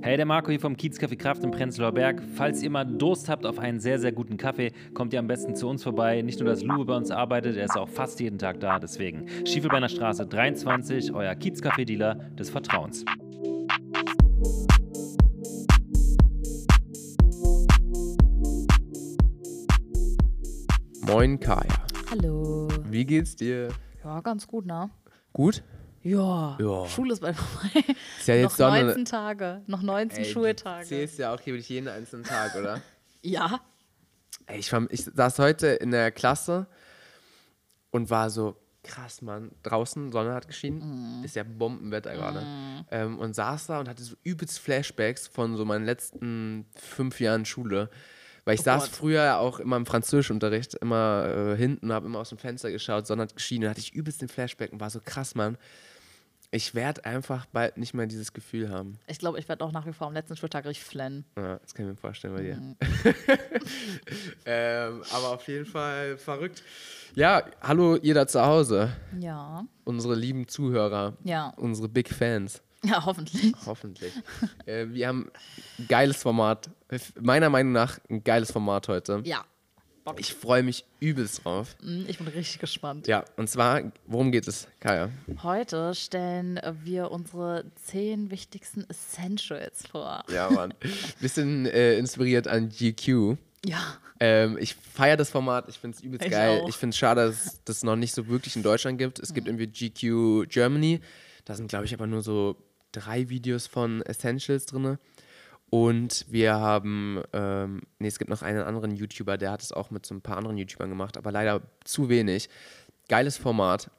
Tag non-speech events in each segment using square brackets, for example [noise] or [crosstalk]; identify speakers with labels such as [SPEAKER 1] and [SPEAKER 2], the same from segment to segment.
[SPEAKER 1] Hey, der Marco hier vom Kiezcafé Kraft im Prenzlauer Berg. Falls ihr mal Durst habt auf einen sehr, sehr guten Kaffee, kommt ihr am besten zu uns vorbei. Nicht nur, dass Lube bei uns arbeitet, er ist auch fast jeden Tag da. Deswegen Schiefelbeiner Straße 23, euer Kiezcafé-Dealer des Vertrauens.
[SPEAKER 2] Moin Kaya.
[SPEAKER 3] Hallo.
[SPEAKER 2] Wie geht's dir?
[SPEAKER 3] Ja, ganz gut, ne?
[SPEAKER 2] Gut?
[SPEAKER 3] Ja.
[SPEAKER 2] Ja.
[SPEAKER 3] Schule ist bald vorbei.
[SPEAKER 2] Ist ja jetzt
[SPEAKER 3] noch
[SPEAKER 2] doch
[SPEAKER 3] 19 Tage, noch 19
[SPEAKER 2] Du
[SPEAKER 3] Schultage.
[SPEAKER 2] zählst ja auch hier wirklich jeden einzelnen Tag, oder?
[SPEAKER 3] Ja.
[SPEAKER 2] Ey, ich, verm- ich saß heute in der Klasse und war so, krass, Mann, draußen, Sonne hat geschienen, ist ja Bombenwetter gerade. Ähm, und saß da und hatte so übelst Flashbacks von so meinen letzten fünf Jahren Schule. Weil ich saß früher auch immer im Französischunterricht, immer äh, hinten, habe immer aus dem Fenster geschaut, Sonne hat geschienen, und hatte ich übelst den Flashback und war so, krass, Mann, ich werde einfach bald nicht mehr dieses Gefühl haben.
[SPEAKER 3] Ich glaube, ich werde auch nach wie vor am letzten Schultag richtig flennen.
[SPEAKER 2] Ja, das kann ich mir vorstellen bei dir.
[SPEAKER 3] Mhm.
[SPEAKER 2] [laughs] ähm, aber auf jeden Fall verrückt. Ja, hallo ihr da zu Hause,
[SPEAKER 3] Ja.
[SPEAKER 2] unsere lieben Zuhörer,
[SPEAKER 3] Ja.
[SPEAKER 2] unsere Big Fans,
[SPEAKER 3] Ja, hoffentlich.
[SPEAKER 2] hoffentlich. [laughs] äh, wir haben ein geiles Format, meiner Meinung nach ein geiles Format heute.
[SPEAKER 3] Ja.
[SPEAKER 2] Ich freue mich übelst drauf.
[SPEAKER 3] Hm, Ich bin richtig gespannt.
[SPEAKER 2] Ja, und zwar, worum geht es, Kaya?
[SPEAKER 3] Heute stellen wir unsere 10 wichtigsten Essentials vor.
[SPEAKER 2] Ja, Mann. [laughs] Bisschen äh, inspiriert an GQ.
[SPEAKER 3] Ja.
[SPEAKER 2] Ähm, ich feiere das Format, ich finde es übelst
[SPEAKER 3] Ich
[SPEAKER 2] geil.
[SPEAKER 3] auch.
[SPEAKER 2] Ich finde es schade, dass es das noch nicht so wirklich in Deutschland gibt. Es gibt irgendwie GQ Germany. Da sind, glaube ich, aber nur so drei Videos von Essentials drin. Und wir haben, ähm, nee, es gibt noch einen anderen YouTuber, der hat es auch mit so ein paar anderen YouTubern gemacht, aber leider zu wenig. Geiles Format.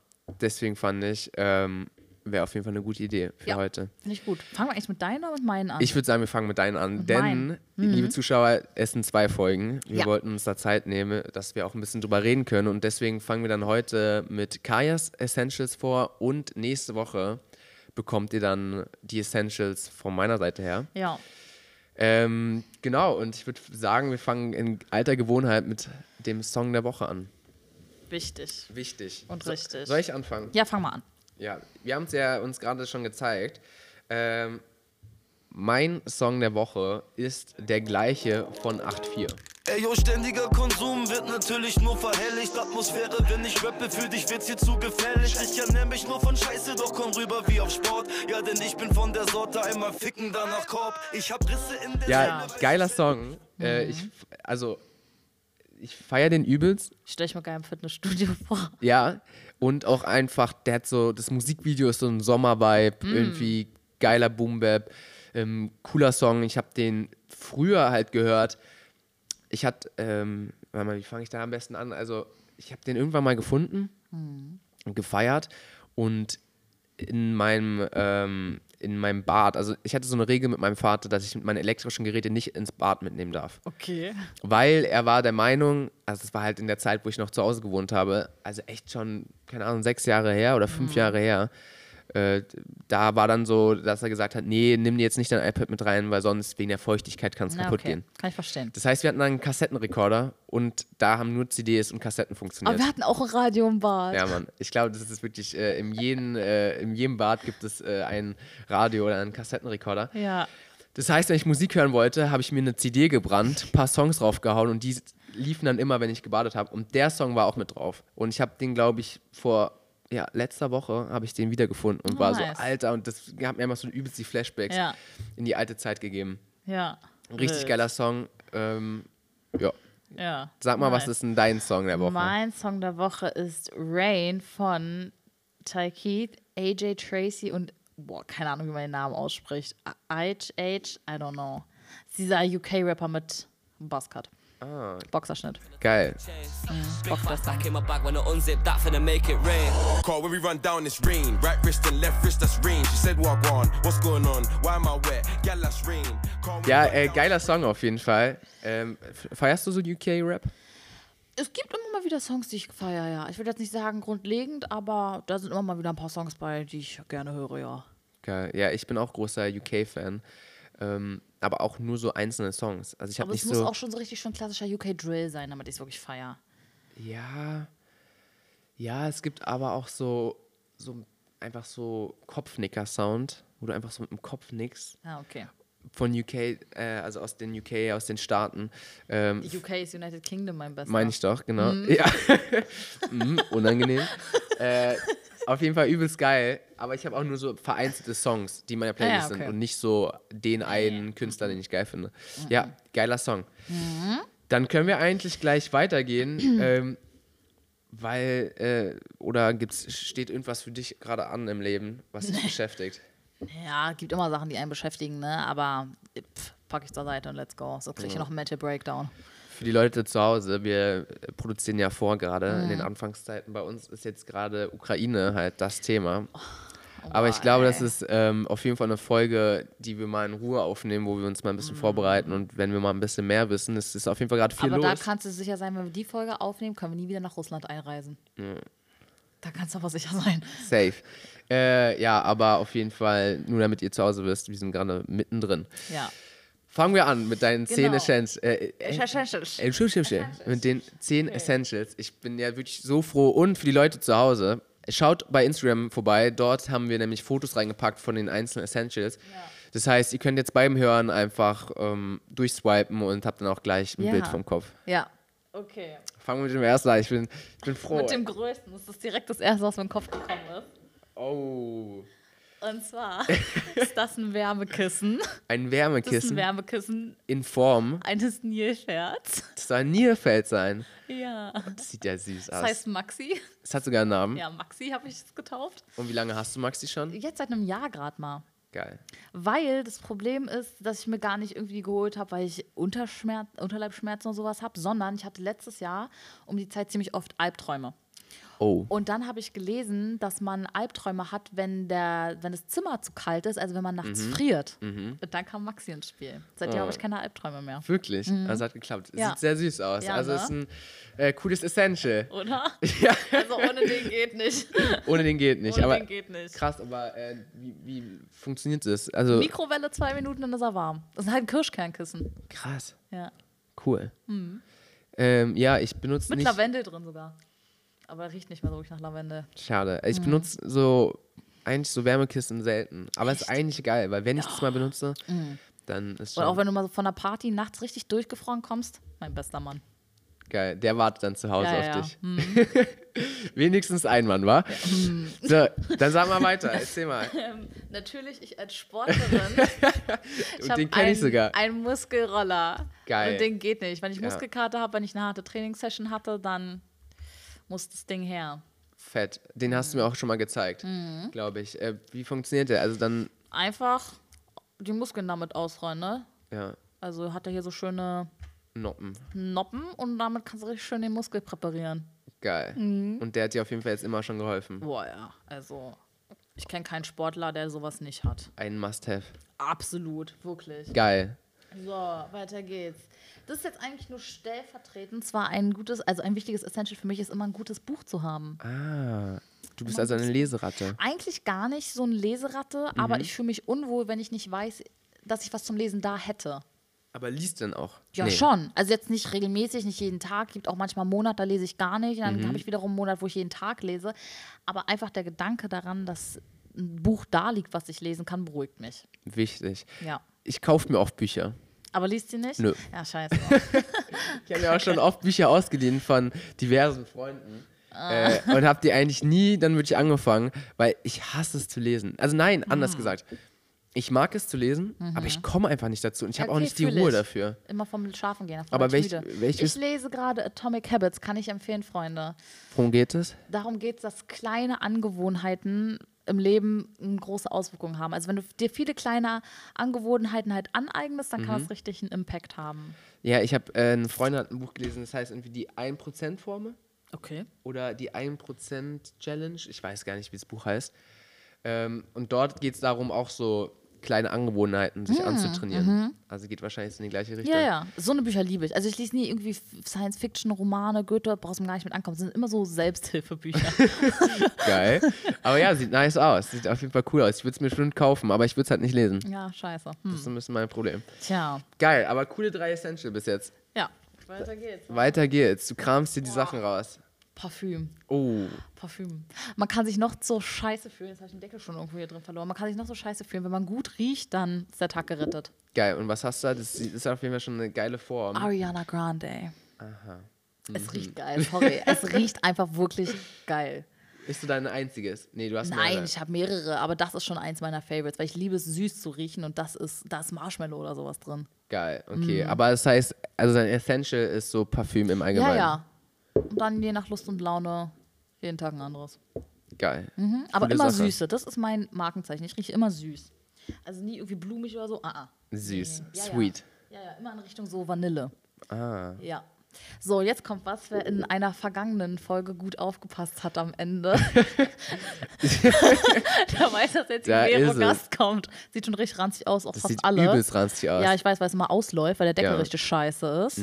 [SPEAKER 2] Deswegen fand ich, ähm, wäre auf jeden Fall eine gute Idee für
[SPEAKER 3] Ja.
[SPEAKER 2] heute.
[SPEAKER 3] Finde ich gut. Fangen wir eigentlich mit deiner und mit meinen an.
[SPEAKER 2] Ich würde sagen, wir fangen mit deinen an, denn,
[SPEAKER 3] meinen.
[SPEAKER 2] liebe Zuschauer, es sind zwei Folgen. Wir
[SPEAKER 3] Mhm. Ja.
[SPEAKER 2] wollten uns da Zeit nehmen, dass wir auch ein bisschen drüber reden können und deswegen fangen wir dann heute mit Kajas Essentials vor und nächste Woche bekommt ihr dann die Essentials von meiner Seite her.
[SPEAKER 3] ja.
[SPEAKER 2] Ähm, genau, und ich würde sagen, wir fangen in alter Gewohnheit mit dem Song der Woche an.
[SPEAKER 3] Wichtig.
[SPEAKER 2] Wichtig.
[SPEAKER 3] Und
[SPEAKER 2] So-
[SPEAKER 3] richtig.
[SPEAKER 2] Soll ich anfangen?
[SPEAKER 3] Ja, fang mal an.
[SPEAKER 2] Ja, wir haben es ja uns gerade schon gezeigt. Ähm, mein Song der Woche ist der gleiche von 8.4.
[SPEAKER 4] Ey, yo, ständiger Konsum wird natürlich nur verhelligt. Atmosphäre, wenn ich rappe, für dich wird's hier zu gefällig. Ich ernähr mich nur von Scheiße, doch komm rüber wie auf Sport. Ja, denn ich bin von der Sorte, einmal ficken, danach Korb. Ich hab Risse in der
[SPEAKER 2] Ja,
[SPEAKER 3] Ja.
[SPEAKER 2] geiler Song. Äh, ich, f- also, ich feiere den übelst.
[SPEAKER 3] Ich stelle ich mir geil im Fitnessstudio [laughs] vor.
[SPEAKER 2] Ja, und auch einfach, der hat so, das Musikvideo ist so ein Sommervibe, irgendwie geiler Boom-Bap, ähm, cooler Song. Ich habe den früher halt gehört. Ich hatte, ähm, warte mal, wie fange ich da am besten an? Also, ich habe den irgendwann mal gefunden und gefeiert und in meinem, ähm, in meinem Bad, also ich hatte so eine Regel mit meinem Vater, dass ich meine elektrischen Geräte nicht ins Bad mitnehmen darf.
[SPEAKER 3] Okay.
[SPEAKER 2] Weil er war der Meinung, also es war halt in der Zeit, wo ich noch zu Hause gewohnt habe, also echt schon, keine Ahnung, sechs Jahre her oder fünf Jahre her, äh, da war dann so, dass er gesagt hat, nee, nimm dir jetzt nicht dein iPad mit rein, weil sonst wegen der Feuchtigkeit kann es
[SPEAKER 3] Na,
[SPEAKER 2] kaputt
[SPEAKER 3] Ah, okay.
[SPEAKER 2] gehen.
[SPEAKER 3] Kann ich verstehen.
[SPEAKER 2] Das heißt, wir hatten dann einen Kassettenrekorder und da haben nur CDs und Kassetten
[SPEAKER 3] Aber
[SPEAKER 2] funktioniert.
[SPEAKER 3] wir hatten auch ein Radio im Bad.
[SPEAKER 2] Ja, Mann. Ich glaube, das ist wirklich, äh, in, jeden, äh, in jedem Bad gibt es äh, ein Radio oder einen Kassettenrekorder.
[SPEAKER 3] Ja.
[SPEAKER 2] Das heißt, wenn ich Musik hören wollte, habe ich mir eine CD gebrannt, ein paar Songs draufgehauen und die liefen dann immer, wenn ich gebadet habe. Und der Song war auch mit drauf. Und ich habe den, glaube ich, vor ja, letzter Woche habe ich den wiedergefunden und war so,
[SPEAKER 3] Nice.
[SPEAKER 2] Alter, und das hat mir immer so übelst die Flashbacks
[SPEAKER 3] Ja.
[SPEAKER 2] in die alte Zeit gegeben.
[SPEAKER 3] Ja.
[SPEAKER 2] Richtig geiler Song. Ähm, ja.
[SPEAKER 3] Ja.
[SPEAKER 2] Sag mal, was
[SPEAKER 3] Nice.
[SPEAKER 2] ist denn dein Song der Woche?
[SPEAKER 3] Mein Song der Woche ist Rain von Ty Keith, AJ Tracy und, boah, keine Ahnung, wie man den Namen ausspricht. IH, I don't know. Das ist dieser UK-Rapper mit Buzzcut.
[SPEAKER 2] Ah.
[SPEAKER 3] Boxerschnitt.
[SPEAKER 2] Geil.
[SPEAKER 5] Big fast, I came up back when I unzipped that for the make it rain.
[SPEAKER 4] Call when we run down this rain. Right wrist and left wrist, that's rain. She said, walk on. What's going on? Why am I wet? Yeah, that's rain. Call when we
[SPEAKER 2] Ja,
[SPEAKER 4] run
[SPEAKER 2] äh,
[SPEAKER 4] down-
[SPEAKER 2] geiler Song auf jeden Fall. Ähm, f- feierst du so UK-Rap?
[SPEAKER 3] Es gibt immer mal wieder Songs, die ich feiere, ja. Ich würde jetzt nicht sagen grundlegend, aber da sind immer mal wieder ein paar Songs bei, die ich gerne höre, ja.
[SPEAKER 2] Geil. Ja, ich bin auch großer UK-Fan. Ähm, aber auch nur so einzelne Songs. Also ich habe
[SPEAKER 3] Aber es
[SPEAKER 2] nicht
[SPEAKER 3] muss
[SPEAKER 2] so.
[SPEAKER 3] auch schon so richtig schon klassischer UK-Drill sein, damit ich es wirklich feiere.
[SPEAKER 2] Ja. Ja, es gibt aber auch so, so einfach so Kopfnicker-Sound, wo du einfach so mit dem Kopf nickst.
[SPEAKER 3] Ah, okay.
[SPEAKER 2] Von UK, äh, also aus den UK, aus den Staaten. Ähm,
[SPEAKER 3] UK ist United Kingdom mein Bester.
[SPEAKER 2] Meine ich doch, genau. Ja. [laughs] Mhm, unangenehm. äh, auf jeden Fall übelst geil. Aber ich habe auch nur so vereinzelte Songs, die in meiner Playlist
[SPEAKER 3] Ah ja, okay. Mhm.
[SPEAKER 2] sind und nicht so den einen Künstler, den ich geil finde. Ja, geiler Song. Dann können wir eigentlich gleich
[SPEAKER 3] [clears throat]
[SPEAKER 2] weitergehen, ähm, weil, äh, oder gibt's, steht irgendwas für dich gerade an im Leben, was
[SPEAKER 3] [laughs]
[SPEAKER 2] dich beschäftigt?
[SPEAKER 3] Ja, gibt immer Sachen, die einen beschäftigen, ne? Aber äh, pff, pack ich zur Seite und let's go. So kriege ich noch einen Mental Breakdown.
[SPEAKER 2] Für die Leute zu Hause, wir äh, produzieren ja vor gerade in den Anfangszeiten. Bei uns ist jetzt gerade Ukraine halt das Thema.
[SPEAKER 3] Oh,
[SPEAKER 2] Aber ich glaube, das ist ähm, auf jeden Fall eine Folge, die wir mal in Ruhe aufnehmen, wo wir uns mal ein bisschen vorbereiten und wenn wir mal ein bisschen mehr wissen, es ist auf jeden Fall gerade viel
[SPEAKER 3] Mhm. Aber da
[SPEAKER 2] los.
[SPEAKER 3] kannst du sicher sein, wenn wir die Folge aufnehmen, können wir nie wieder nach Russland einreisen. Da kannst du aber sicher sein.
[SPEAKER 2] Safe. Äh, ja, aber auf jeden Fall, nur damit ihr zu Hause wisst, wir sind gerade mittendrin.
[SPEAKER 3] Ja.
[SPEAKER 2] Fangen wir an mit deinen 10
[SPEAKER 3] Genau.
[SPEAKER 2] Essentials. Äh, äh,
[SPEAKER 3] Essentials.
[SPEAKER 2] äh, schul- schul- schul. mit den 10 Essentials. Ich bin ja wirklich so froh. Und für die Leute zu Hause, schaut bei Instagram vorbei. Dort haben wir nämlich Fotos reingepackt von den einzelnen Essentials. Das heißt, ihr könnt jetzt beim Hören einfach ähm, durchswipen und habt dann auch gleich ein
[SPEAKER 3] Ja.
[SPEAKER 2] Bild vom Kopf.
[SPEAKER 3] Ja. Okay.
[SPEAKER 2] Fangen wir mit dem ersten an. Ich bin, ich bin froh.
[SPEAKER 3] Mit dem größten. Das ist direkt das erste, was mir in den Kopf gekommen ist.
[SPEAKER 2] Oh. [laughs]
[SPEAKER 3] Und zwar ist das ein Wärmekissen.
[SPEAKER 2] Ein
[SPEAKER 3] Das ist ein
[SPEAKER 2] Wärmekissen
[SPEAKER 3] Wärmekissen
[SPEAKER 2] in Form.
[SPEAKER 3] eines Nilpferds.
[SPEAKER 2] Das soll ein Nierfeld sein.
[SPEAKER 3] Ja.
[SPEAKER 2] Das sieht ja süß
[SPEAKER 3] Das
[SPEAKER 2] aus.
[SPEAKER 3] heißt Maxi.
[SPEAKER 2] es hat sogar einen Namen.
[SPEAKER 3] Ja, Maxi habe ich es getauft.
[SPEAKER 2] Und wie lange hast du Maxi schon?
[SPEAKER 3] Jetzt seit einem Jahr gerade mal.
[SPEAKER 2] Geil.
[SPEAKER 3] Weil das Problem ist, dass ich mir gar nicht irgendwie geholt habe, weil ich Unterschmerz, Unterleibschmerzen und sowas habe, sondern ich hatte letztes Jahr um die Zeit ziemlich oft Albträume.
[SPEAKER 2] Oh.
[SPEAKER 3] Und dann habe ich gelesen, dass man Albträume hat, wenn, der, wenn das Zimmer zu kalt ist, also wenn man nachts friert. Und dann kam Maxi ins Spiel. Seitdem habe ich keine Albträume [laughs] mehr.
[SPEAKER 2] Wirklich? Also hat geklappt.
[SPEAKER 3] Mhm. Ja.
[SPEAKER 2] Sieht sehr süß aus.
[SPEAKER 3] Ja,
[SPEAKER 2] also
[SPEAKER 3] ne?
[SPEAKER 2] ist ein äh, cooles Essential.
[SPEAKER 3] [laughs] Oder?
[SPEAKER 2] Ja, [laughs]
[SPEAKER 3] Also ohne den geht nicht. [laughs]
[SPEAKER 2] ohne den geht nicht.
[SPEAKER 3] Ohne
[SPEAKER 2] aber
[SPEAKER 3] den geht nicht.
[SPEAKER 2] Krass, aber äh, wie, wie funktioniert das? Also
[SPEAKER 3] Mikrowelle zwei Minuten, dann ist er warm. Das ist halt ein Kirschkernkissen.
[SPEAKER 2] krass,
[SPEAKER 3] Ja.
[SPEAKER 2] cool.
[SPEAKER 3] Mhm.
[SPEAKER 2] Ähm, ja, ich benutze
[SPEAKER 3] Mit
[SPEAKER 2] nicht.
[SPEAKER 3] Lavendel drin sogar. Aber riecht nicht mehr so ruhig nach Lavendel.
[SPEAKER 2] Schade.
[SPEAKER 3] Mhm.
[SPEAKER 2] Ich benutze so eigentlich so Wärmekissen selten. Aber es ist eigentlich geil, weil wenn ich das mal benutze, dann ist
[SPEAKER 3] Oder Mhm. auch
[SPEAKER 2] schon
[SPEAKER 3] wenn du mal so von einer Party nachts richtig durchgefroren kommst, mein bester Mann.
[SPEAKER 2] geil. Der wartet dann zu Hause
[SPEAKER 3] Ja,
[SPEAKER 2] auf
[SPEAKER 3] ja, Mhm. ja.
[SPEAKER 2] dich. [laughs] Wenigstens ein Mann, wa?
[SPEAKER 3] Mhm.
[SPEAKER 2] So, dann sag mal weiter. Erzähl mal.
[SPEAKER 3] Natürlich, ich als
[SPEAKER 2] [laughs]
[SPEAKER 3] Sportlerin.
[SPEAKER 2] Und den kenne ich sogar.
[SPEAKER 3] Ein Muskelroller.
[SPEAKER 2] Geil.
[SPEAKER 3] Und den geht nicht. Wenn ich
[SPEAKER 2] Ja.
[SPEAKER 3] Muskelkater habe, wenn ich eine harte Trainingssession hatte, dann muss das Ding her.
[SPEAKER 2] Fett. Den hast du mir auch schon mal gezeigt, glaube ich. Äh, wie funktioniert der? Also dann,
[SPEAKER 3] Einfach die Muskeln damit ausrollen, ne?
[SPEAKER 2] ja,
[SPEAKER 3] Also hat er hier so schöne
[SPEAKER 2] Noppen.
[SPEAKER 3] Noppen und damit kannst du richtig schön den Muskel präparieren.
[SPEAKER 2] Geil. Und der hat dir auf jeden Fall jetzt immer schon geholfen.
[SPEAKER 3] Boah, ja. Also, ich kenne keinen Sportler, der sowas nicht hat.
[SPEAKER 2] Ein Must-Have.
[SPEAKER 3] Absolut, wirklich.
[SPEAKER 2] Geil.
[SPEAKER 3] So, weiter geht's. Das ist jetzt eigentlich nur stellvertretend. Zwar ein gutes, also ein wichtiges Essential für mich ist immer ein gutes Buch zu haben.
[SPEAKER 2] Ah, du bist also eine Leseratte.
[SPEAKER 3] Eigentlich gar nicht so eine Leseratte,
[SPEAKER 2] Mhm.
[SPEAKER 3] aber ich fühle mich unwohl, wenn ich nicht weiß, dass ich was zum Lesen da hätte.
[SPEAKER 2] Aber liest denn auch?
[SPEAKER 3] Ja,
[SPEAKER 2] Nee.
[SPEAKER 3] schon. Also jetzt nicht regelmäßig, nicht jeden Tag. Gibt auch manchmal einen Monat, da lese ich gar nicht.
[SPEAKER 2] Mhm.
[SPEAKER 3] Dann habe ich wiederum einen Monat, wo ich jeden Tag lese. Aber einfach der Gedanke daran, dass ein Buch da liegt, was ich lesen kann, beruhigt mich.
[SPEAKER 2] Wichtig.
[SPEAKER 3] Ja.
[SPEAKER 2] Ich kaufe mir oft Bücher.
[SPEAKER 3] Aber liest sie nicht?
[SPEAKER 2] Nö.
[SPEAKER 3] Ja, scheiße.
[SPEAKER 2] Ich habe mir auch schon [laughs] oft Bücher ausgeliehen von diversen Freunden. Äh, und habe die eigentlich nie dann wirklich angefangen, weil ich hasse es zu lesen. Also nein, anders gesagt. Ich mag es zu lesen, aber ich komme einfach nicht dazu und ich habe auch
[SPEAKER 3] Okay,
[SPEAKER 2] nicht die
[SPEAKER 3] fühl
[SPEAKER 2] Ruhe
[SPEAKER 3] ich.
[SPEAKER 2] dafür.
[SPEAKER 3] Immer vom Schlafen gehen. davon
[SPEAKER 2] Aber
[SPEAKER 3] werd ich
[SPEAKER 2] welch-
[SPEAKER 3] müde.
[SPEAKER 2] welches-
[SPEAKER 3] Ich lese gerade Atomic Habits, kann ich empfehlen, Freunde.
[SPEAKER 2] Worum geht es?
[SPEAKER 3] Darum geht es, dass kleine Angewohnheiten im Leben eine große Auswirkungen haben. Also wenn du dir viele kleine Angewohnheiten halt aneignest, dann
[SPEAKER 2] Mhm.
[SPEAKER 3] kann das richtig einen Impact haben.
[SPEAKER 2] Ja, ich habe äh, ein Freund hat ein Buch gelesen, das heißt irgendwie die 1%-Formel
[SPEAKER 3] Okay.
[SPEAKER 2] oder die 1%-Challenge. Ich weiß gar nicht, wie das Buch heißt. Ähm, und dort geht es darum, auch so kleine Angewohnheiten sich anzutrainieren. Also geht wahrscheinlich so in die gleiche Richtung.
[SPEAKER 3] Hm, mhm. Ja, ja. So eine Bücher liebe ich. Also ich lese nie irgendwie F- Science-Fiction-Romane, Goethe, brauchst du gar nicht mit ankommen. Das sind immer so Selbsthilfebücher.
[SPEAKER 2] [laughs]
[SPEAKER 3] [laughs]
[SPEAKER 2] Geil. Aber ja, sieht nice aus. Sieht auf jeden Fall cool aus. Ich würde es mir bestimmt kaufen, aber ich würde es halt nicht lesen.
[SPEAKER 3] ja, scheiße.
[SPEAKER 2] Das
[SPEAKER 3] Hm.
[SPEAKER 2] ist ein bisschen mein Problem.
[SPEAKER 3] Tja.
[SPEAKER 2] Geil, aber coole drei Essential bis jetzt.
[SPEAKER 3] Ja. Weiter geht's.
[SPEAKER 2] Weiter geht's. Du kramst dir die Sachen raus.
[SPEAKER 3] Parfüm.
[SPEAKER 2] Oh,
[SPEAKER 3] Parfüm. Man kann sich noch so scheiße fühlen. Jetzt habe ich den Deckel schon irgendwo hier drin verloren. Man kann sich noch so scheiße fühlen. Wenn man gut riecht, dann ist der Tag gerettet.
[SPEAKER 2] geil. Und was hast du da? Das ist auf jeden Fall schon eine geile Form.
[SPEAKER 3] Ariana Grande. Aha. Mhm. Es riecht geil, [laughs] sorry. es riecht einfach wirklich geil.
[SPEAKER 2] Ist du dein einziges? Nee, du hast
[SPEAKER 3] Nein,
[SPEAKER 2] mehrere.
[SPEAKER 3] ich habe mehrere, aber das ist schon eins meiner Favorites, weil ich liebe es süß zu riechen und das ist, da ist Marshmallow oder sowas drin.
[SPEAKER 2] Geil, okay. Aber das heißt, also dein Essential ist so Parfüm im
[SPEAKER 3] Mhm. Ja,
[SPEAKER 2] Allgemeinen.
[SPEAKER 3] ja. Und dann je nach Lust und Laune jeden Tag ein anderes.
[SPEAKER 2] Geil.
[SPEAKER 3] Mhm, Aber
[SPEAKER 2] Coole
[SPEAKER 3] immer
[SPEAKER 2] Sache.
[SPEAKER 3] süße, das ist mein Markenzeichen. Ich rieche immer süß. Also nie irgendwie blumig oder so. Ah, ah.
[SPEAKER 2] Süß.
[SPEAKER 3] Ja, ja.
[SPEAKER 2] Sweet.
[SPEAKER 3] Ja, ja, immer in Richtung so Vanille. Ah. Ja. So, jetzt kommt was, wer in einer vergangenen Folge gut aufgepasst hat am Ende.
[SPEAKER 2] [laughs]
[SPEAKER 3] der weiß, dass jetzt
[SPEAKER 2] Da
[SPEAKER 3] Vero
[SPEAKER 2] ist es.
[SPEAKER 3] Gast kommt. Sieht schon richtig ranzig aus, auch
[SPEAKER 2] Das
[SPEAKER 3] fast
[SPEAKER 2] sieht
[SPEAKER 3] alle.
[SPEAKER 2] übelst ranzig aus.
[SPEAKER 3] Ja, ich weiß, weil es immer ausläuft, weil der Deckel
[SPEAKER 2] Ja.
[SPEAKER 3] richtig scheiße ist.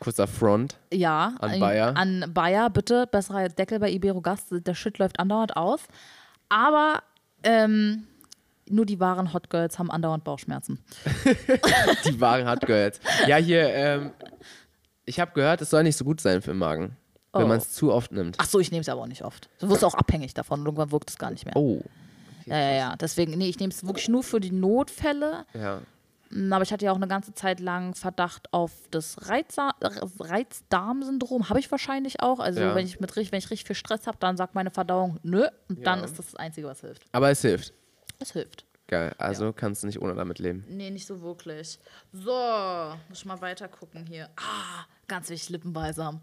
[SPEAKER 2] Kurzer Front.
[SPEAKER 3] Ja,
[SPEAKER 2] An
[SPEAKER 3] ein-
[SPEAKER 2] Bayer.
[SPEAKER 3] An Bayer, bitte. Besserer Deckel bei Iberogast. Der Shit läuft andauernd aus. Aber ähm, nur die wahren Hot Girls haben andauernd Bauchschmerzen.
[SPEAKER 2] Die wahren Hot Girls. Ja, hier, ähm, ich habe gehört, es soll nicht so gut sein für den Magen,
[SPEAKER 3] Oh.
[SPEAKER 2] wenn man es zu oft nimmt.
[SPEAKER 3] Ach so, ich nehme es aber auch nicht oft. Du wirst auch abhängig davon. und Irgendwann wirkt es gar nicht mehr.
[SPEAKER 2] Oh,
[SPEAKER 3] ja, ja, ja. Deswegen, nee, ich nehme es wirklich nur für die Notfälle.
[SPEAKER 2] ja.
[SPEAKER 3] Mm, Aber ich hatte ja auch eine ganze Zeit lang Verdacht auf das Reizsa- Reizdarmsyndrom. Habe ich wahrscheinlich auch. Also,
[SPEAKER 2] Ja.
[SPEAKER 3] wenn, ich mit, richtig- wenn ich richtig viel Stress habe, dann sagt meine Verdauung, nö. Und dann
[SPEAKER 2] Ja.
[SPEAKER 3] ist das das Einzige, was hilft.
[SPEAKER 2] Aber es hilft.
[SPEAKER 3] Es hilft.
[SPEAKER 2] Geil. Also kannst du nicht ohne damit leben.
[SPEAKER 3] Nee, nicht so wirklich. So, muss ich mal weiter gucken hier. Ah, ganz wichtig, Lippenbalsam.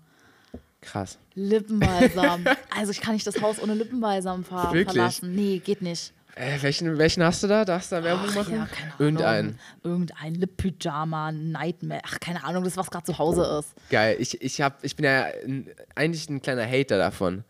[SPEAKER 2] Krass. [laughs]
[SPEAKER 3] Lippenbalsam. also ich kann nicht das Haus ohne Lippenbalsam ver
[SPEAKER 2] Wirklich?
[SPEAKER 3] verlassen. Nee, geht nicht.
[SPEAKER 2] Äh, welchen, welchen hast du da? Darfst du da Werbung
[SPEAKER 3] Ach
[SPEAKER 2] machen?
[SPEAKER 3] ja, keine Ahnung.
[SPEAKER 2] Irgendeinen.
[SPEAKER 3] Irgendein Lip-Pyjama, Nightmare. Ach, keine Ahnung, das, was gerade zu Hause ist.
[SPEAKER 2] Geil. Ich, ich, hab, ich bin ja ein, eigentlich ein kleiner Hater davon.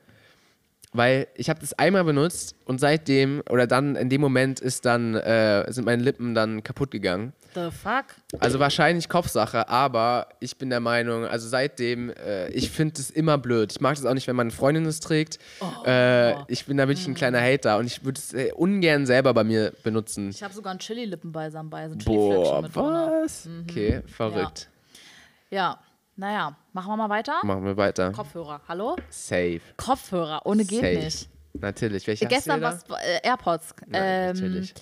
[SPEAKER 2] Weil ich habe das einmal benutzt und seitdem, oder dann in dem Moment ist dann, äh, sind meine Lippen dann kaputt gegangen.
[SPEAKER 3] The fuck?
[SPEAKER 2] Also wahrscheinlich Kopfsache, aber ich bin der Meinung, also seitdem, äh, ich finde es immer blöd. Ich mag das auch nicht, wenn meine Freundin es trägt.
[SPEAKER 3] Oh.
[SPEAKER 2] Äh, ich bin da wirklich ein kleiner Hater und ich würde es äh, ungern selber bei mir benutzen.
[SPEAKER 3] Mhm. Ich habe sogar einen Chili-Lippenbalsam bei, so ein Chili-Fläschchen
[SPEAKER 2] Boah,
[SPEAKER 3] mit Mhm. drin.
[SPEAKER 2] was? Okay, verrückt.
[SPEAKER 3] Ja, naja, machen wir mal weiter.
[SPEAKER 2] Machen wir weiter.
[SPEAKER 3] Kopfhörer, hallo?
[SPEAKER 2] Safe.
[SPEAKER 3] Kopfhörer, ohne geht
[SPEAKER 2] Safe.
[SPEAKER 3] nicht.
[SPEAKER 2] Natürlich. Welche
[SPEAKER 3] Gestern war
[SPEAKER 2] hast
[SPEAKER 3] Sp- äh, AirPods.
[SPEAKER 2] du
[SPEAKER 3] ähm,
[SPEAKER 2] Natürlich.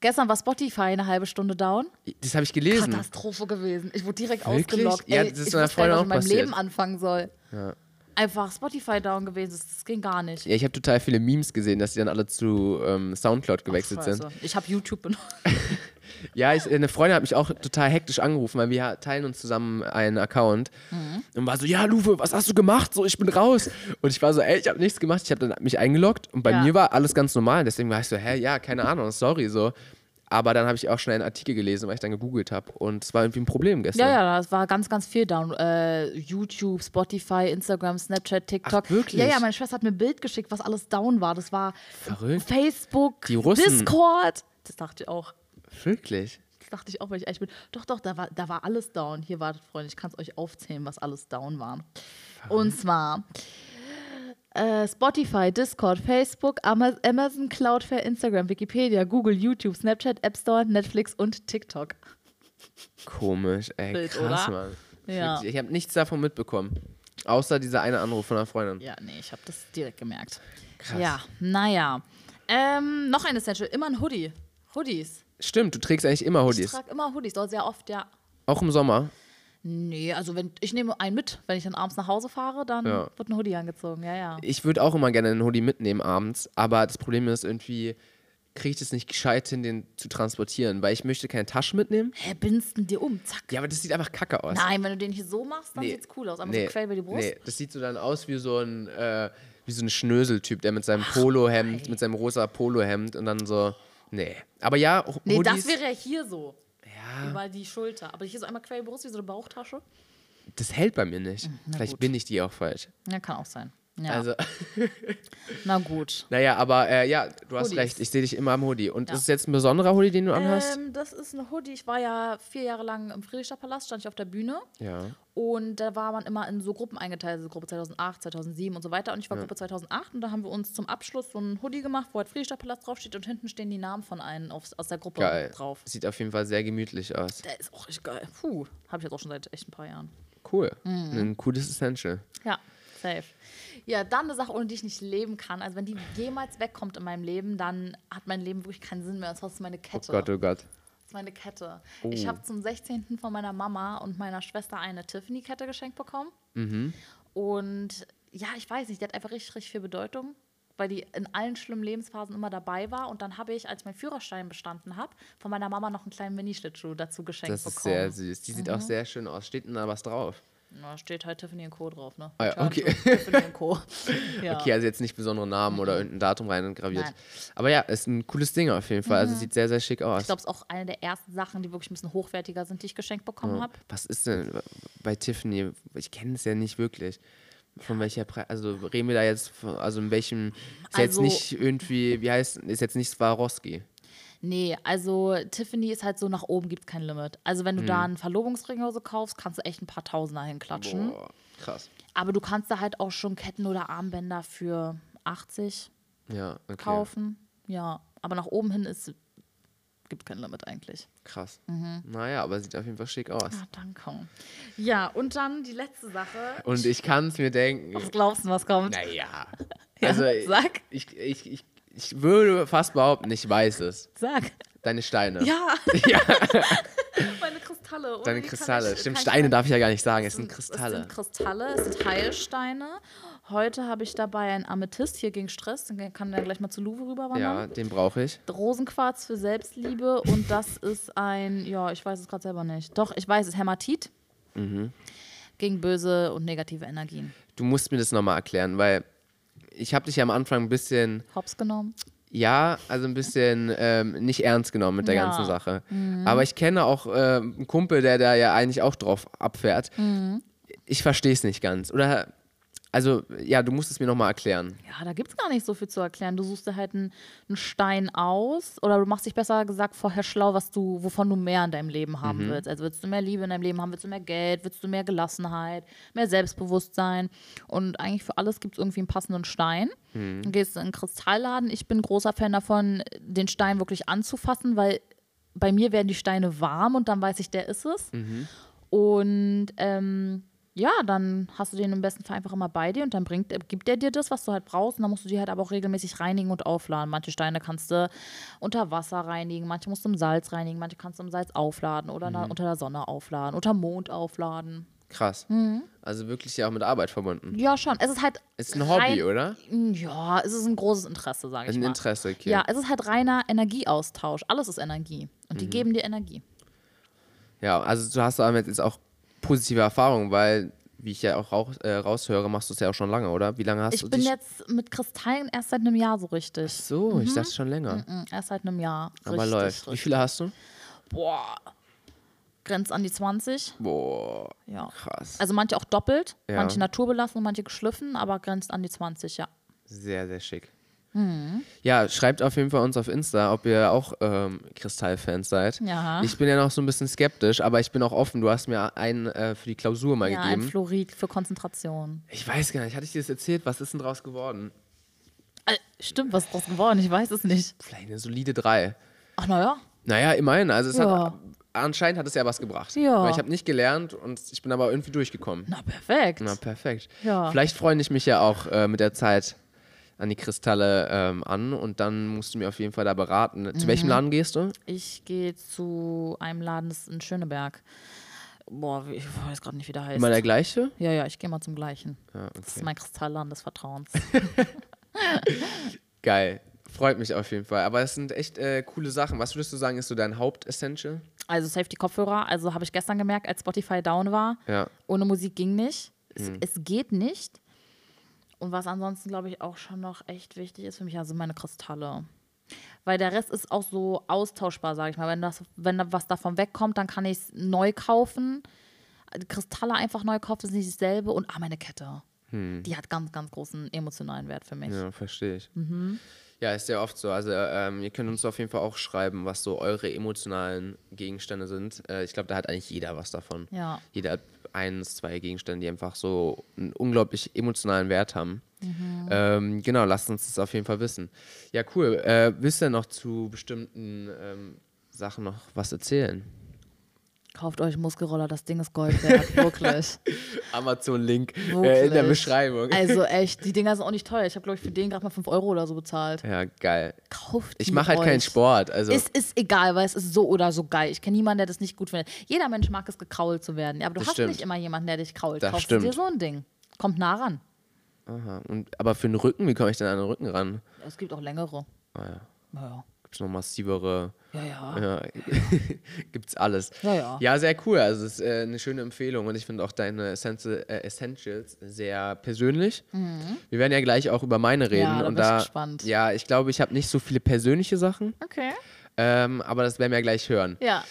[SPEAKER 3] Gestern war Spotify eine halbe Stunde down.
[SPEAKER 2] Das habe ich gelesen.
[SPEAKER 3] Katastrophe gewesen. Ich wurde direkt
[SPEAKER 2] Wirklich?
[SPEAKER 3] ausgelockt.
[SPEAKER 2] Ja,
[SPEAKER 3] Ey,
[SPEAKER 2] das ist
[SPEAKER 3] ich
[SPEAKER 2] meiner
[SPEAKER 3] wusste gar nicht,
[SPEAKER 2] Freundin
[SPEAKER 3] was
[SPEAKER 2] auch
[SPEAKER 3] ich mit meinem
[SPEAKER 2] passiert.
[SPEAKER 3] Leben anfangen soll. Einfach Spotify down gewesen. Das, das ging gar nicht.
[SPEAKER 2] Ja, ich habe total viele Memes gesehen, dass die dann alle zu ähm, Soundcloud gewechselt sind.
[SPEAKER 3] Scheiße. Ich habe YouTube benutzt.
[SPEAKER 2] Ja, ich, eine Freundin hat mich auch total hektisch angerufen, weil wir teilen uns zusammen einen Account.
[SPEAKER 3] Mhm.
[SPEAKER 2] Und war so, ja, Luwe, was hast du gemacht? So, ich bin raus. Und ich war so, ey, ich habe nichts gemacht. Ich habe dann mich eingeloggt und bei
[SPEAKER 3] Ja.
[SPEAKER 2] mir war alles ganz normal. Deswegen war ich so, hä, ja, keine Ahnung, sorry, so. Aber dann habe ich auch schnell einen Artikel gelesen, weil ich dann gegoogelt habe. Und es war irgendwie ein Problem gestern.
[SPEAKER 3] Ja, ja, das war ganz, ganz viel down. Äh, YouTube, Spotify, Instagram, Snapchat, TikTok.
[SPEAKER 2] Ach, wirklich?
[SPEAKER 3] Ja, ja, meine Schwester hat mir ein Bild geschickt, was alles down war. Das war
[SPEAKER 2] Verrückt.
[SPEAKER 3] Facebook,
[SPEAKER 2] Die Russen.
[SPEAKER 3] Discord. Das dachte ich auch.
[SPEAKER 2] Wirklich?
[SPEAKER 3] Das dachte ich auch, weil ich echt bin. Doch, doch, da war, da war alles down. Hier wartet, Freunde, ich kann es euch aufzählen, was alles down war. Und zwar äh, Spotify, Discord, Facebook, Ama- Amazon, Cloudflare, Instagram, Wikipedia, Google, YouTube, Snapchat, App Store, Netflix und TikTok.
[SPEAKER 2] Komisch, ey,
[SPEAKER 3] Wild,
[SPEAKER 2] krass,
[SPEAKER 3] oder?
[SPEAKER 2] Mann.
[SPEAKER 3] Ja.
[SPEAKER 2] Wirklich, Ich habe nichts davon mitbekommen. Außer dieser eine Anruf von einer Freundin.
[SPEAKER 3] Ja, nee, ich habe das direkt gemerkt. Krass. Ja, naja. Ähm, noch ein Essential, immer ein Hoodie. Hoodies.
[SPEAKER 2] Stimmt, du trägst eigentlich immer
[SPEAKER 3] Ich
[SPEAKER 2] Hoodies.
[SPEAKER 3] trage immer Hoodies, auch sehr oft, ja.
[SPEAKER 2] Auch im Sommer.
[SPEAKER 3] Nee, also wenn ich nehme einen mit, wenn ich dann abends nach Hause fahre, dann
[SPEAKER 2] Ja. Äh,
[SPEAKER 3] wird ein Hoodie angezogen, ja, ja.
[SPEAKER 2] Ich würde auch immer gerne einen Hoodie mitnehmen abends, aber das Problem ist irgendwie, kriege ich es nicht gescheit hin, den zu transportieren, weil ich möchte keine Tasche mitnehmen.
[SPEAKER 3] Hä, bindst ihn dir um, zack.
[SPEAKER 2] Ja, aber das sieht einfach kacke aus.
[SPEAKER 3] Nein, wenn du den hier so machst, dann sieht's cool aus. Einmal so quer über die Brust.
[SPEAKER 2] Nee, das sieht so dann aus wie so ein, äh, wie so ein Schnöseltyp, der mit seinem Polohemd, mit seinem rosa Polohemd und dann so, nee. Aber ja, Ho-
[SPEAKER 3] Nee,
[SPEAKER 2] Hoodies,
[SPEAKER 3] das wäre ja hier so.
[SPEAKER 2] ja,
[SPEAKER 3] Über die Schulter. Aber hier so einmal quer über die Brust, wie so eine Bauchtasche.
[SPEAKER 2] das hält bei mir nicht. Vielleicht bin ich die auch falsch.
[SPEAKER 3] Mhm, Ja, kann auch sein. Ja,
[SPEAKER 2] Also,
[SPEAKER 3] na gut.
[SPEAKER 2] naja, aber äh, ja, du hast
[SPEAKER 3] Hoodies.
[SPEAKER 2] recht, ich sehe dich immer am Hoodie. Und
[SPEAKER 3] Ja.
[SPEAKER 2] ist es jetzt ein besonderer Hoodie, den du anhast?
[SPEAKER 3] Ähm, das ist ein Hoodie. Ich war ja vier Jahre lang im Friedrichstadt Palast, stand ich auf der Bühne.
[SPEAKER 2] ja.
[SPEAKER 3] Und da war man immer in so Gruppen eingeteilt, also Gruppe 2008, 2007 und so weiter. Und ich war Gruppe 2008 und da haben wir uns zum Abschluss so einen Hoodie gemacht, wo halt Friedrichstadtpalast draufsteht und hinten stehen die Namen von einem aufs, aus der Gruppe
[SPEAKER 2] Geil.
[SPEAKER 3] drauf.
[SPEAKER 2] Sieht auf jeden Fall sehr gemütlich aus.
[SPEAKER 3] Der ist auch richtig geil. Puh, habe ich jetzt auch schon seit echt ein paar Jahren.
[SPEAKER 2] Cool. Ein cooles Essential. Oh
[SPEAKER 3] Ja. Safe. Ja, dann eine Sache, ohne die ich nicht leben kann. Also wenn die jemals wegkommt in meinem Leben, dann hat mein Leben wirklich keinen Sinn mehr. Und zwar ist es meine
[SPEAKER 2] Oh
[SPEAKER 3] Kette.
[SPEAKER 2] Gott, oh Gott.
[SPEAKER 3] Das ist meine Kette.
[SPEAKER 2] Oh.
[SPEAKER 3] Ich habe zum 16. von meiner Mama und meiner Schwester eine Tiffany-Kette geschenkt bekommen.
[SPEAKER 2] Mhm.
[SPEAKER 3] Und ja, ich weiß nicht, die hat einfach richtig, richtig viel Bedeutung, weil die in allen schlimmen Lebensphasen immer dabei war. Und dann habe ich, als ich meinen Führerschein bestanden habe, von meiner Mama noch einen kleinen Mini-Schlittschuh dazu geschenkt
[SPEAKER 2] Das ist
[SPEAKER 3] bekommen. Mhm.
[SPEAKER 2] sehr süß. Die sieht auch sehr schön aus. Steht denn da was drauf?
[SPEAKER 3] Na, steht halt Tiffany Co. drauf, ne?
[SPEAKER 2] Ah ja,
[SPEAKER 3] Return
[SPEAKER 2] okay.
[SPEAKER 3] to [laughs] Tiffany
[SPEAKER 2] [laughs]
[SPEAKER 3] Co. ja. Mhm.
[SPEAKER 2] Okay, also jetzt nicht besondere Namen oder irgendein Datum rein und graviert.
[SPEAKER 3] Nein. Mhm.
[SPEAKER 2] Aber ja, ist ein cooles Ding auf jeden Fall. Also sieht sehr, sehr schick aus.
[SPEAKER 3] Ich glaube, es ist auch eine der ersten Sachen, die wirklich ein bisschen hochwertiger sind, die ich geschenkt bekommen habe.
[SPEAKER 2] Was ist denn bei Tiffany? Ich kenne es ja nicht wirklich. Von welcher Pre Also reden wir da jetzt, von, also in welchem. Ist jetzt
[SPEAKER 3] Also-
[SPEAKER 2] nicht irgendwie, wie heißt, ist jetzt nicht Swarovski.
[SPEAKER 3] Nee, also Tiffany ist halt so, nach oben gibt es kein Limit. Also wenn du
[SPEAKER 2] Hm.
[SPEAKER 3] da einen Verlobungsring oder so kaufst, kannst du echt ein paar Tausender hinklatschen.
[SPEAKER 2] Boah, krass.
[SPEAKER 3] Aber du kannst da halt auch schon Ketten oder Armbänder für 80
[SPEAKER 2] Ja, okay.
[SPEAKER 3] kaufen. Ja, aber nach oben hin ist gibt kein Limit eigentlich.
[SPEAKER 2] Krass.
[SPEAKER 3] Mhm.
[SPEAKER 2] Naja, aber sieht auf jeden Fall schick aus.
[SPEAKER 3] Ah, danke. Ja, und dann die letzte Sache.
[SPEAKER 2] Und ich kann es mir denken.
[SPEAKER 3] Was glaubst du, was kommt?
[SPEAKER 2] Naja.
[SPEAKER 3] [laughs] Ja,
[SPEAKER 2] Also ich-
[SPEAKER 3] sag.
[SPEAKER 2] Ich, ich, ich, ich würde fast behaupten, ich weiß es.
[SPEAKER 3] Sag.
[SPEAKER 2] Deine Steine.
[SPEAKER 3] Ja. [laughs] Meine Kristalle. Ohne
[SPEAKER 2] Deine
[SPEAKER 3] die kann
[SPEAKER 2] Kristalle.
[SPEAKER 3] ich-
[SPEAKER 2] Stimmt,
[SPEAKER 3] kann ich
[SPEAKER 2] Steine darf ich ja gar nicht sagen. Es sind
[SPEAKER 3] Es
[SPEAKER 2] Kristalle.
[SPEAKER 3] sind Kristalle, es sind Heilsteine. Heute habe ich dabei einen Amethyst hier gegen Stress. Dann kann der gleich mal zu Louvre
[SPEAKER 2] Ja,
[SPEAKER 3] rüberwandern.
[SPEAKER 2] den brauche ich.
[SPEAKER 3] Rosenquarz für Selbstliebe und das [laughs] ist ein, ja, ich weiß es gerade selber nicht. Doch, ich weiß es, Hämatit. Gegen böse und negative Energien.
[SPEAKER 2] Du musst mir das nochmal erklären, weil ich habe dich ja am Anfang ein bisschen,
[SPEAKER 3] Hops genommen.
[SPEAKER 2] ja, also ein bisschen ähm, nicht ernst genommen mit der
[SPEAKER 3] Ja. Mhm.
[SPEAKER 2] ganzen Sache. Aber ich kenne auch äh, einen Kumpel, der da ja eigentlich auch drauf abfährt.
[SPEAKER 3] Mhm.
[SPEAKER 2] Ich verstehe es nicht ganz. Oder, also, ja, du musst es mir nochmal erklären.
[SPEAKER 3] Ja, da gibt es gar nicht so viel zu erklären. Du suchst dir halt einen, einen Stein aus oder du machst dich besser gesagt vorher schlau, was du, wovon du mehr in deinem Leben haben willst. Also willst du mehr Liebe in deinem Leben haben, willst du mehr Geld, willst du mehr Gelassenheit, mehr Selbstbewusstsein. Und eigentlich für alles gibt es irgendwie einen passenden Stein. Du gehst in einen Kristallladen. Ich bin großer Fan davon, den Stein wirklich anzufassen, weil bei mir werden die Steine warm und dann weiß ich, der ist es. Und ähm, ja, dann hast du den im besten Fall einfach immer bei dir und dann bringt, gibt er dir das, was du halt brauchst. Und dann musst du die halt aber auch regelmäßig reinigen und aufladen. Manche Steine kannst du unter Wasser reinigen, manche musst du im Salz reinigen, manche kannst du im Salz aufladen oder na-
[SPEAKER 2] Mhm.
[SPEAKER 3] unter der Sonne aufladen, unter Mond aufladen.
[SPEAKER 2] Krass.
[SPEAKER 3] Mhm.
[SPEAKER 2] Also wirklich ja auch mit Arbeit verbunden.
[SPEAKER 3] Ja, schon. Es ist halt.
[SPEAKER 2] Ist ein Hobby,
[SPEAKER 3] rein-
[SPEAKER 2] oder?
[SPEAKER 3] Ja, es ist ein großes Interesse, sage ich
[SPEAKER 2] Ein
[SPEAKER 3] mal.
[SPEAKER 2] Interesse, okay.
[SPEAKER 3] Ja, es ist halt reiner Energieaustausch. Alles ist Energie. Und
[SPEAKER 2] Mhm.
[SPEAKER 3] die geben dir Energie.
[SPEAKER 2] Ja, also du hast damit jetzt auch positive Erfahrungen, weil, wie ich ja auch rauch, äh, raushöre, machst du es ja auch schon lange, oder? Wie lange hast du
[SPEAKER 3] Ich bin
[SPEAKER 2] dich?
[SPEAKER 3] jetzt mit Kristallen erst seit einem Jahr so richtig.
[SPEAKER 2] so, ich dachte schon länger.
[SPEAKER 3] Mm, Erst seit einem Jahr.
[SPEAKER 2] Aber
[SPEAKER 3] Richtig,
[SPEAKER 2] läuft. Wie
[SPEAKER 3] richtig.
[SPEAKER 2] viele hast du?
[SPEAKER 3] Boah. Grenzt an die 20.
[SPEAKER 2] Boah,
[SPEAKER 3] Ja.
[SPEAKER 2] krass.
[SPEAKER 3] Also manche auch doppelt,
[SPEAKER 2] Ja.
[SPEAKER 3] manche naturbelassen und manche geschliffen, aber grenzt an die 20, ja.
[SPEAKER 2] Sehr, sehr schick.
[SPEAKER 3] Mhm.
[SPEAKER 2] Ja, schreibt auf jeden Fall uns auf Insta, ob ihr auch ähm, Kristallfans seid.
[SPEAKER 3] Ja.
[SPEAKER 2] Ich bin ja noch so ein bisschen skeptisch, aber ich bin auch offen. Du hast mir einen äh, für die Klausur mal
[SPEAKER 3] Ja, ein
[SPEAKER 2] gegeben.
[SPEAKER 3] Fluorid für Konzentration.
[SPEAKER 2] Ich weiß gar nicht, hatte ich dir das erzählt? Was ist denn draus geworden?
[SPEAKER 3] Äh, stimmt, was ist draus geworden? Ich weiß es nicht.
[SPEAKER 2] Vielleicht eine solide 3.
[SPEAKER 3] Ach naja.
[SPEAKER 2] Naja, immerhin. Also es hat,
[SPEAKER 3] Ja.
[SPEAKER 2] anscheinend hat es ja was gebracht.
[SPEAKER 3] Ja.
[SPEAKER 2] Weil ich habe nicht gelernt und ich bin aber irgendwie durchgekommen.
[SPEAKER 3] Na perfekt.
[SPEAKER 2] Na, perfekt.
[SPEAKER 3] Ja.
[SPEAKER 2] Vielleicht freue ich mich ja auch äh, mit der Zeit an die Kristalle ähm, an und dann musst du mir auf jeden Fall da beraten. Zu welchem
[SPEAKER 3] Mhm.
[SPEAKER 2] Laden gehst du?
[SPEAKER 3] Ich gehe zu einem Laden, das ist in Schöneberg. Boah, wie- ich weiß gerade nicht, wie der heißt.
[SPEAKER 2] Immer der gleiche?
[SPEAKER 3] ja, ja, ich gehe mal zum gleichen. Das ist
[SPEAKER 2] okay.
[SPEAKER 3] mein Kristallladen des Vertrauens.
[SPEAKER 2] Geil. Freut mich auf jeden Fall. Aber es sind echt äh, coole Sachen. Was würdest du sagen, ist so dein Haupt-Essential?
[SPEAKER 3] Also Safety-Kopfhörer, also habe ich gestern gemerkt, als Spotify down war,
[SPEAKER 2] Ja. Mhm.
[SPEAKER 3] ohne Musik ging nicht. Es, es geht nicht. Und was ansonsten, glaube ich, auch schon noch echt wichtig ist für mich, also meine Kristalle. Weil der Rest ist auch so austauschbar, sage ich mal. Wenn, das, wenn da was davon wegkommt, dann kann ich es neu kaufen. Die Kristalle einfach neu kaufen, ist nicht dasselbe. Und ah, meine Kette. Die hat ganz, ganz großen emotionalen Wert für mich.
[SPEAKER 2] Hm. Ja, verstehe ich. Ja, ist ja oft so. Also ähm, ihr könnt uns auf jeden Fall auch schreiben, was so eure emotionalen Gegenstände sind. Äh, ich glaube, da hat eigentlich jeder was davon.
[SPEAKER 3] Ja.
[SPEAKER 2] Jeder hat eins, zwei Gegenstände, die einfach so einen unglaublich emotionalen Wert haben. Ähm, genau, lasst uns das auf jeden Fall wissen. Ja, cool. Äh, willst du denn noch zu bestimmten ähm, Sachen noch was erzählen?
[SPEAKER 3] Kauft euch Muskelroller, das Ding ist
[SPEAKER 2] [laughs]
[SPEAKER 3] Gold wert, wirklich.
[SPEAKER 2] Amazon-Link äh,
[SPEAKER 3] wirklich.
[SPEAKER 2] in der Beschreibung.
[SPEAKER 3] Also echt, die Dinger sind auch nicht teuer. Ich habe, glaube ich, für den gerade mal 5 Euro oder so
[SPEAKER 2] [laughs]
[SPEAKER 3] bezahlt.
[SPEAKER 2] ja, geil.
[SPEAKER 3] Kauft
[SPEAKER 2] Ich
[SPEAKER 3] die
[SPEAKER 2] mache halt
[SPEAKER 3] euch.
[SPEAKER 2] keinen Sport. Also
[SPEAKER 3] Es ist egal, weil es ist so oder so geil. Ich kenne niemanden, der das nicht gut findet. Jeder Mensch mag es, gekrault zu werden. Ja, aber du
[SPEAKER 2] Das
[SPEAKER 3] hast
[SPEAKER 2] stimmt.
[SPEAKER 3] nicht immer jemanden, der dich krault.
[SPEAKER 2] Das
[SPEAKER 3] Kaufst du dir
[SPEAKER 2] stimmt.
[SPEAKER 3] so ein Ding. Kommt nah ran.
[SPEAKER 2] Aha. Und, aber für den Rücken, wie komme ich denn an den Rücken ran?
[SPEAKER 3] Es gibt auch längere.
[SPEAKER 2] Ah,
[SPEAKER 3] Naja.
[SPEAKER 2] Gibt es noch massivere?
[SPEAKER 3] Ja, ja.
[SPEAKER 2] Ja. [laughs] Gibt's alles.
[SPEAKER 3] Ja, ja.
[SPEAKER 2] sehr cool. Also es ist äh, eine schöne Empfehlung und ich finde auch deine Essential, äh, Essentials sehr persönlich. Wir werden ja gleich auch über meine reden
[SPEAKER 3] Mhm. da bin
[SPEAKER 2] und
[SPEAKER 3] ich
[SPEAKER 2] da
[SPEAKER 3] gespannt.
[SPEAKER 2] ja, ich glaube, ich habe nicht so viele persönliche Sachen,
[SPEAKER 3] Okay.
[SPEAKER 2] ähm, aber das werden wir ja gleich hören.
[SPEAKER 3] Ja.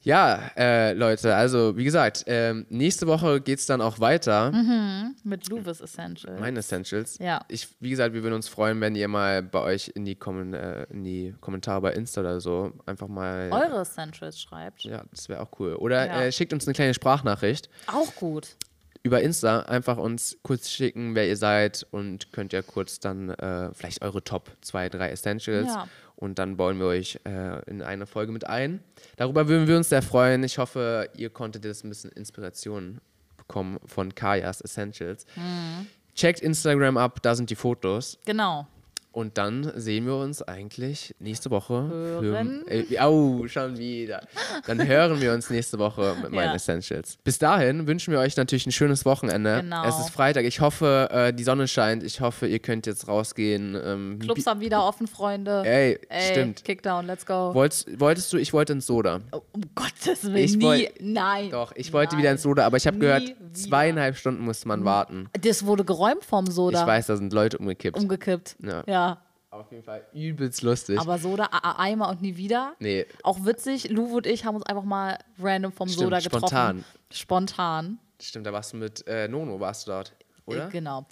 [SPEAKER 2] Ja, äh, Leute, also wie gesagt, ähm, nächste Woche geht's dann auch weiter.
[SPEAKER 3] Mit Louis Essential.
[SPEAKER 2] Meine Essentials.
[SPEAKER 3] Ja.
[SPEAKER 2] Ich, wie gesagt, wir würden uns freuen, wenn ihr mal bei euch in die, Kommen, äh, in die Kommentare bei Insta oder so einfach mal.
[SPEAKER 3] Eure Essentials schreibt.
[SPEAKER 2] Ja, das wäre auch cool. Oder
[SPEAKER 3] Ja.
[SPEAKER 2] äh, schickt uns eine kleine Sprachnachricht
[SPEAKER 3] Auch gut.
[SPEAKER 2] über Insta. Einfach uns kurz schicken, wer ihr seid und könnt ja kurz dann äh, vielleicht eure Top 2, 3 Essentials
[SPEAKER 3] Ja.
[SPEAKER 2] und dann bauen wir euch äh, in eine Folge mit ein. Darüber würden wir uns sehr freuen. Ich hoffe, ihr konntet jetzt ein bisschen Inspiration bekommen von Kajas Essentials.
[SPEAKER 3] Mhm.
[SPEAKER 2] Checkt Instagram ab, da sind die Fotos.
[SPEAKER 3] Genau.
[SPEAKER 2] Und dann sehen wir uns eigentlich nächste Woche.
[SPEAKER 3] Hören.
[SPEAKER 2] Für, äh, au, schon wieder. Dann hören wir uns nächste Woche mit meinen
[SPEAKER 3] Ja.
[SPEAKER 2] Essentials. Bis dahin wünschen wir euch natürlich ein schönes Wochenende.
[SPEAKER 3] Genau.
[SPEAKER 2] Es ist Freitag. Ich hoffe, äh, die Sonne scheint. Ich hoffe, ihr könnt jetzt rausgehen. Ähm,
[SPEAKER 3] Clubs
[SPEAKER 2] Bi-
[SPEAKER 3] haben wieder offen, Freunde.
[SPEAKER 2] Ey,
[SPEAKER 3] Ey,
[SPEAKER 2] stimmt.
[SPEAKER 3] Kickdown, let's go.
[SPEAKER 2] Wolltest, wolltest du, ich wollte ins Soda.
[SPEAKER 3] Oh, um Gottes Willen.
[SPEAKER 2] Ich
[SPEAKER 3] nie.
[SPEAKER 2] woll-
[SPEAKER 3] Nein.
[SPEAKER 2] Doch, ich wollte wieder ins Soda, aber ich habe
[SPEAKER 3] Nie
[SPEAKER 2] gehört,
[SPEAKER 3] wieder.
[SPEAKER 2] zweieinhalb Stunden muss man warten.
[SPEAKER 3] Das wurde geräumt vom Soda.
[SPEAKER 2] Ich weiß, da sind Leute umgekippt.
[SPEAKER 3] Umgekippt.
[SPEAKER 2] Ja.
[SPEAKER 3] ja.
[SPEAKER 2] Auf jeden Fall übelst lustig.
[SPEAKER 3] Aber Soda, A- A- Eimer und nie wieder.
[SPEAKER 2] Nee.
[SPEAKER 3] Auch witzig, Lou und ich haben uns einfach mal random vom
[SPEAKER 2] Stimmt,
[SPEAKER 3] Soda getroffen.
[SPEAKER 2] spontan.
[SPEAKER 3] Spontan.
[SPEAKER 2] Stimmt, da warst du mit äh, Nono, warst du dort, oder?
[SPEAKER 3] Äh, Genau.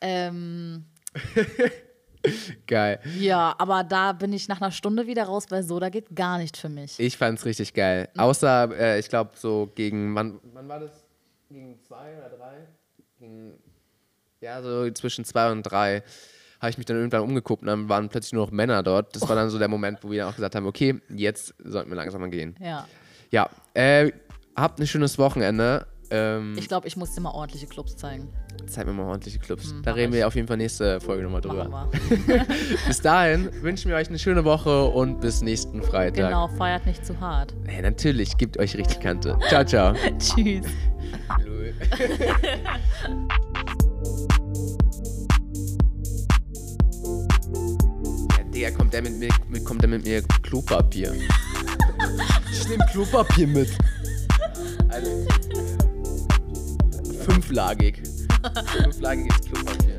[SPEAKER 3] Ähm,
[SPEAKER 2] Geil.
[SPEAKER 3] ja, aber da bin ich nach einer Stunde wieder raus, weil Soda geht gar nicht für mich.
[SPEAKER 2] Ich fand's richtig geil.
[SPEAKER 3] Mhm.
[SPEAKER 2] Außer, äh, ich glaube, so gegen, wann, wann war das? Gegen zwei oder drei? Gegen, ja, so zwischen zwei und drei habe ich mich dann irgendwann umgeguckt und dann waren plötzlich nur noch Männer dort. Das war dann so der Moment, wo wir dann auch gesagt haben, okay, jetzt sollten wir langsam mal gehen.
[SPEAKER 3] Ja.
[SPEAKER 2] Ja, äh, habt ein schönes Wochenende. Ähm,
[SPEAKER 3] Ich glaube, ich muss dir mal ordentliche Clubs zeigen.
[SPEAKER 2] zeig mir mal ordentliche Clubs. da reden wir auf jeden Fall nächste Folge nochmal
[SPEAKER 3] Mhm. Machen
[SPEAKER 2] drüber.
[SPEAKER 3] wir.
[SPEAKER 2] [laughs] Bis dahin wünschen wir euch eine schöne Woche und bis nächsten Freitag.
[SPEAKER 3] Genau, feiert nicht zu hart.
[SPEAKER 2] [laughs] Hey, natürlich, gebt euch richtig Kante. Ciao, ciao.
[SPEAKER 3] Tschüss.
[SPEAKER 2] [laughs] Ja, Digga, kommt der mit mir, mit- kommt der mit mir Klopapier. ich nehme Klopapier mit. Also, fünflagig. Fünflagiges Klopapier.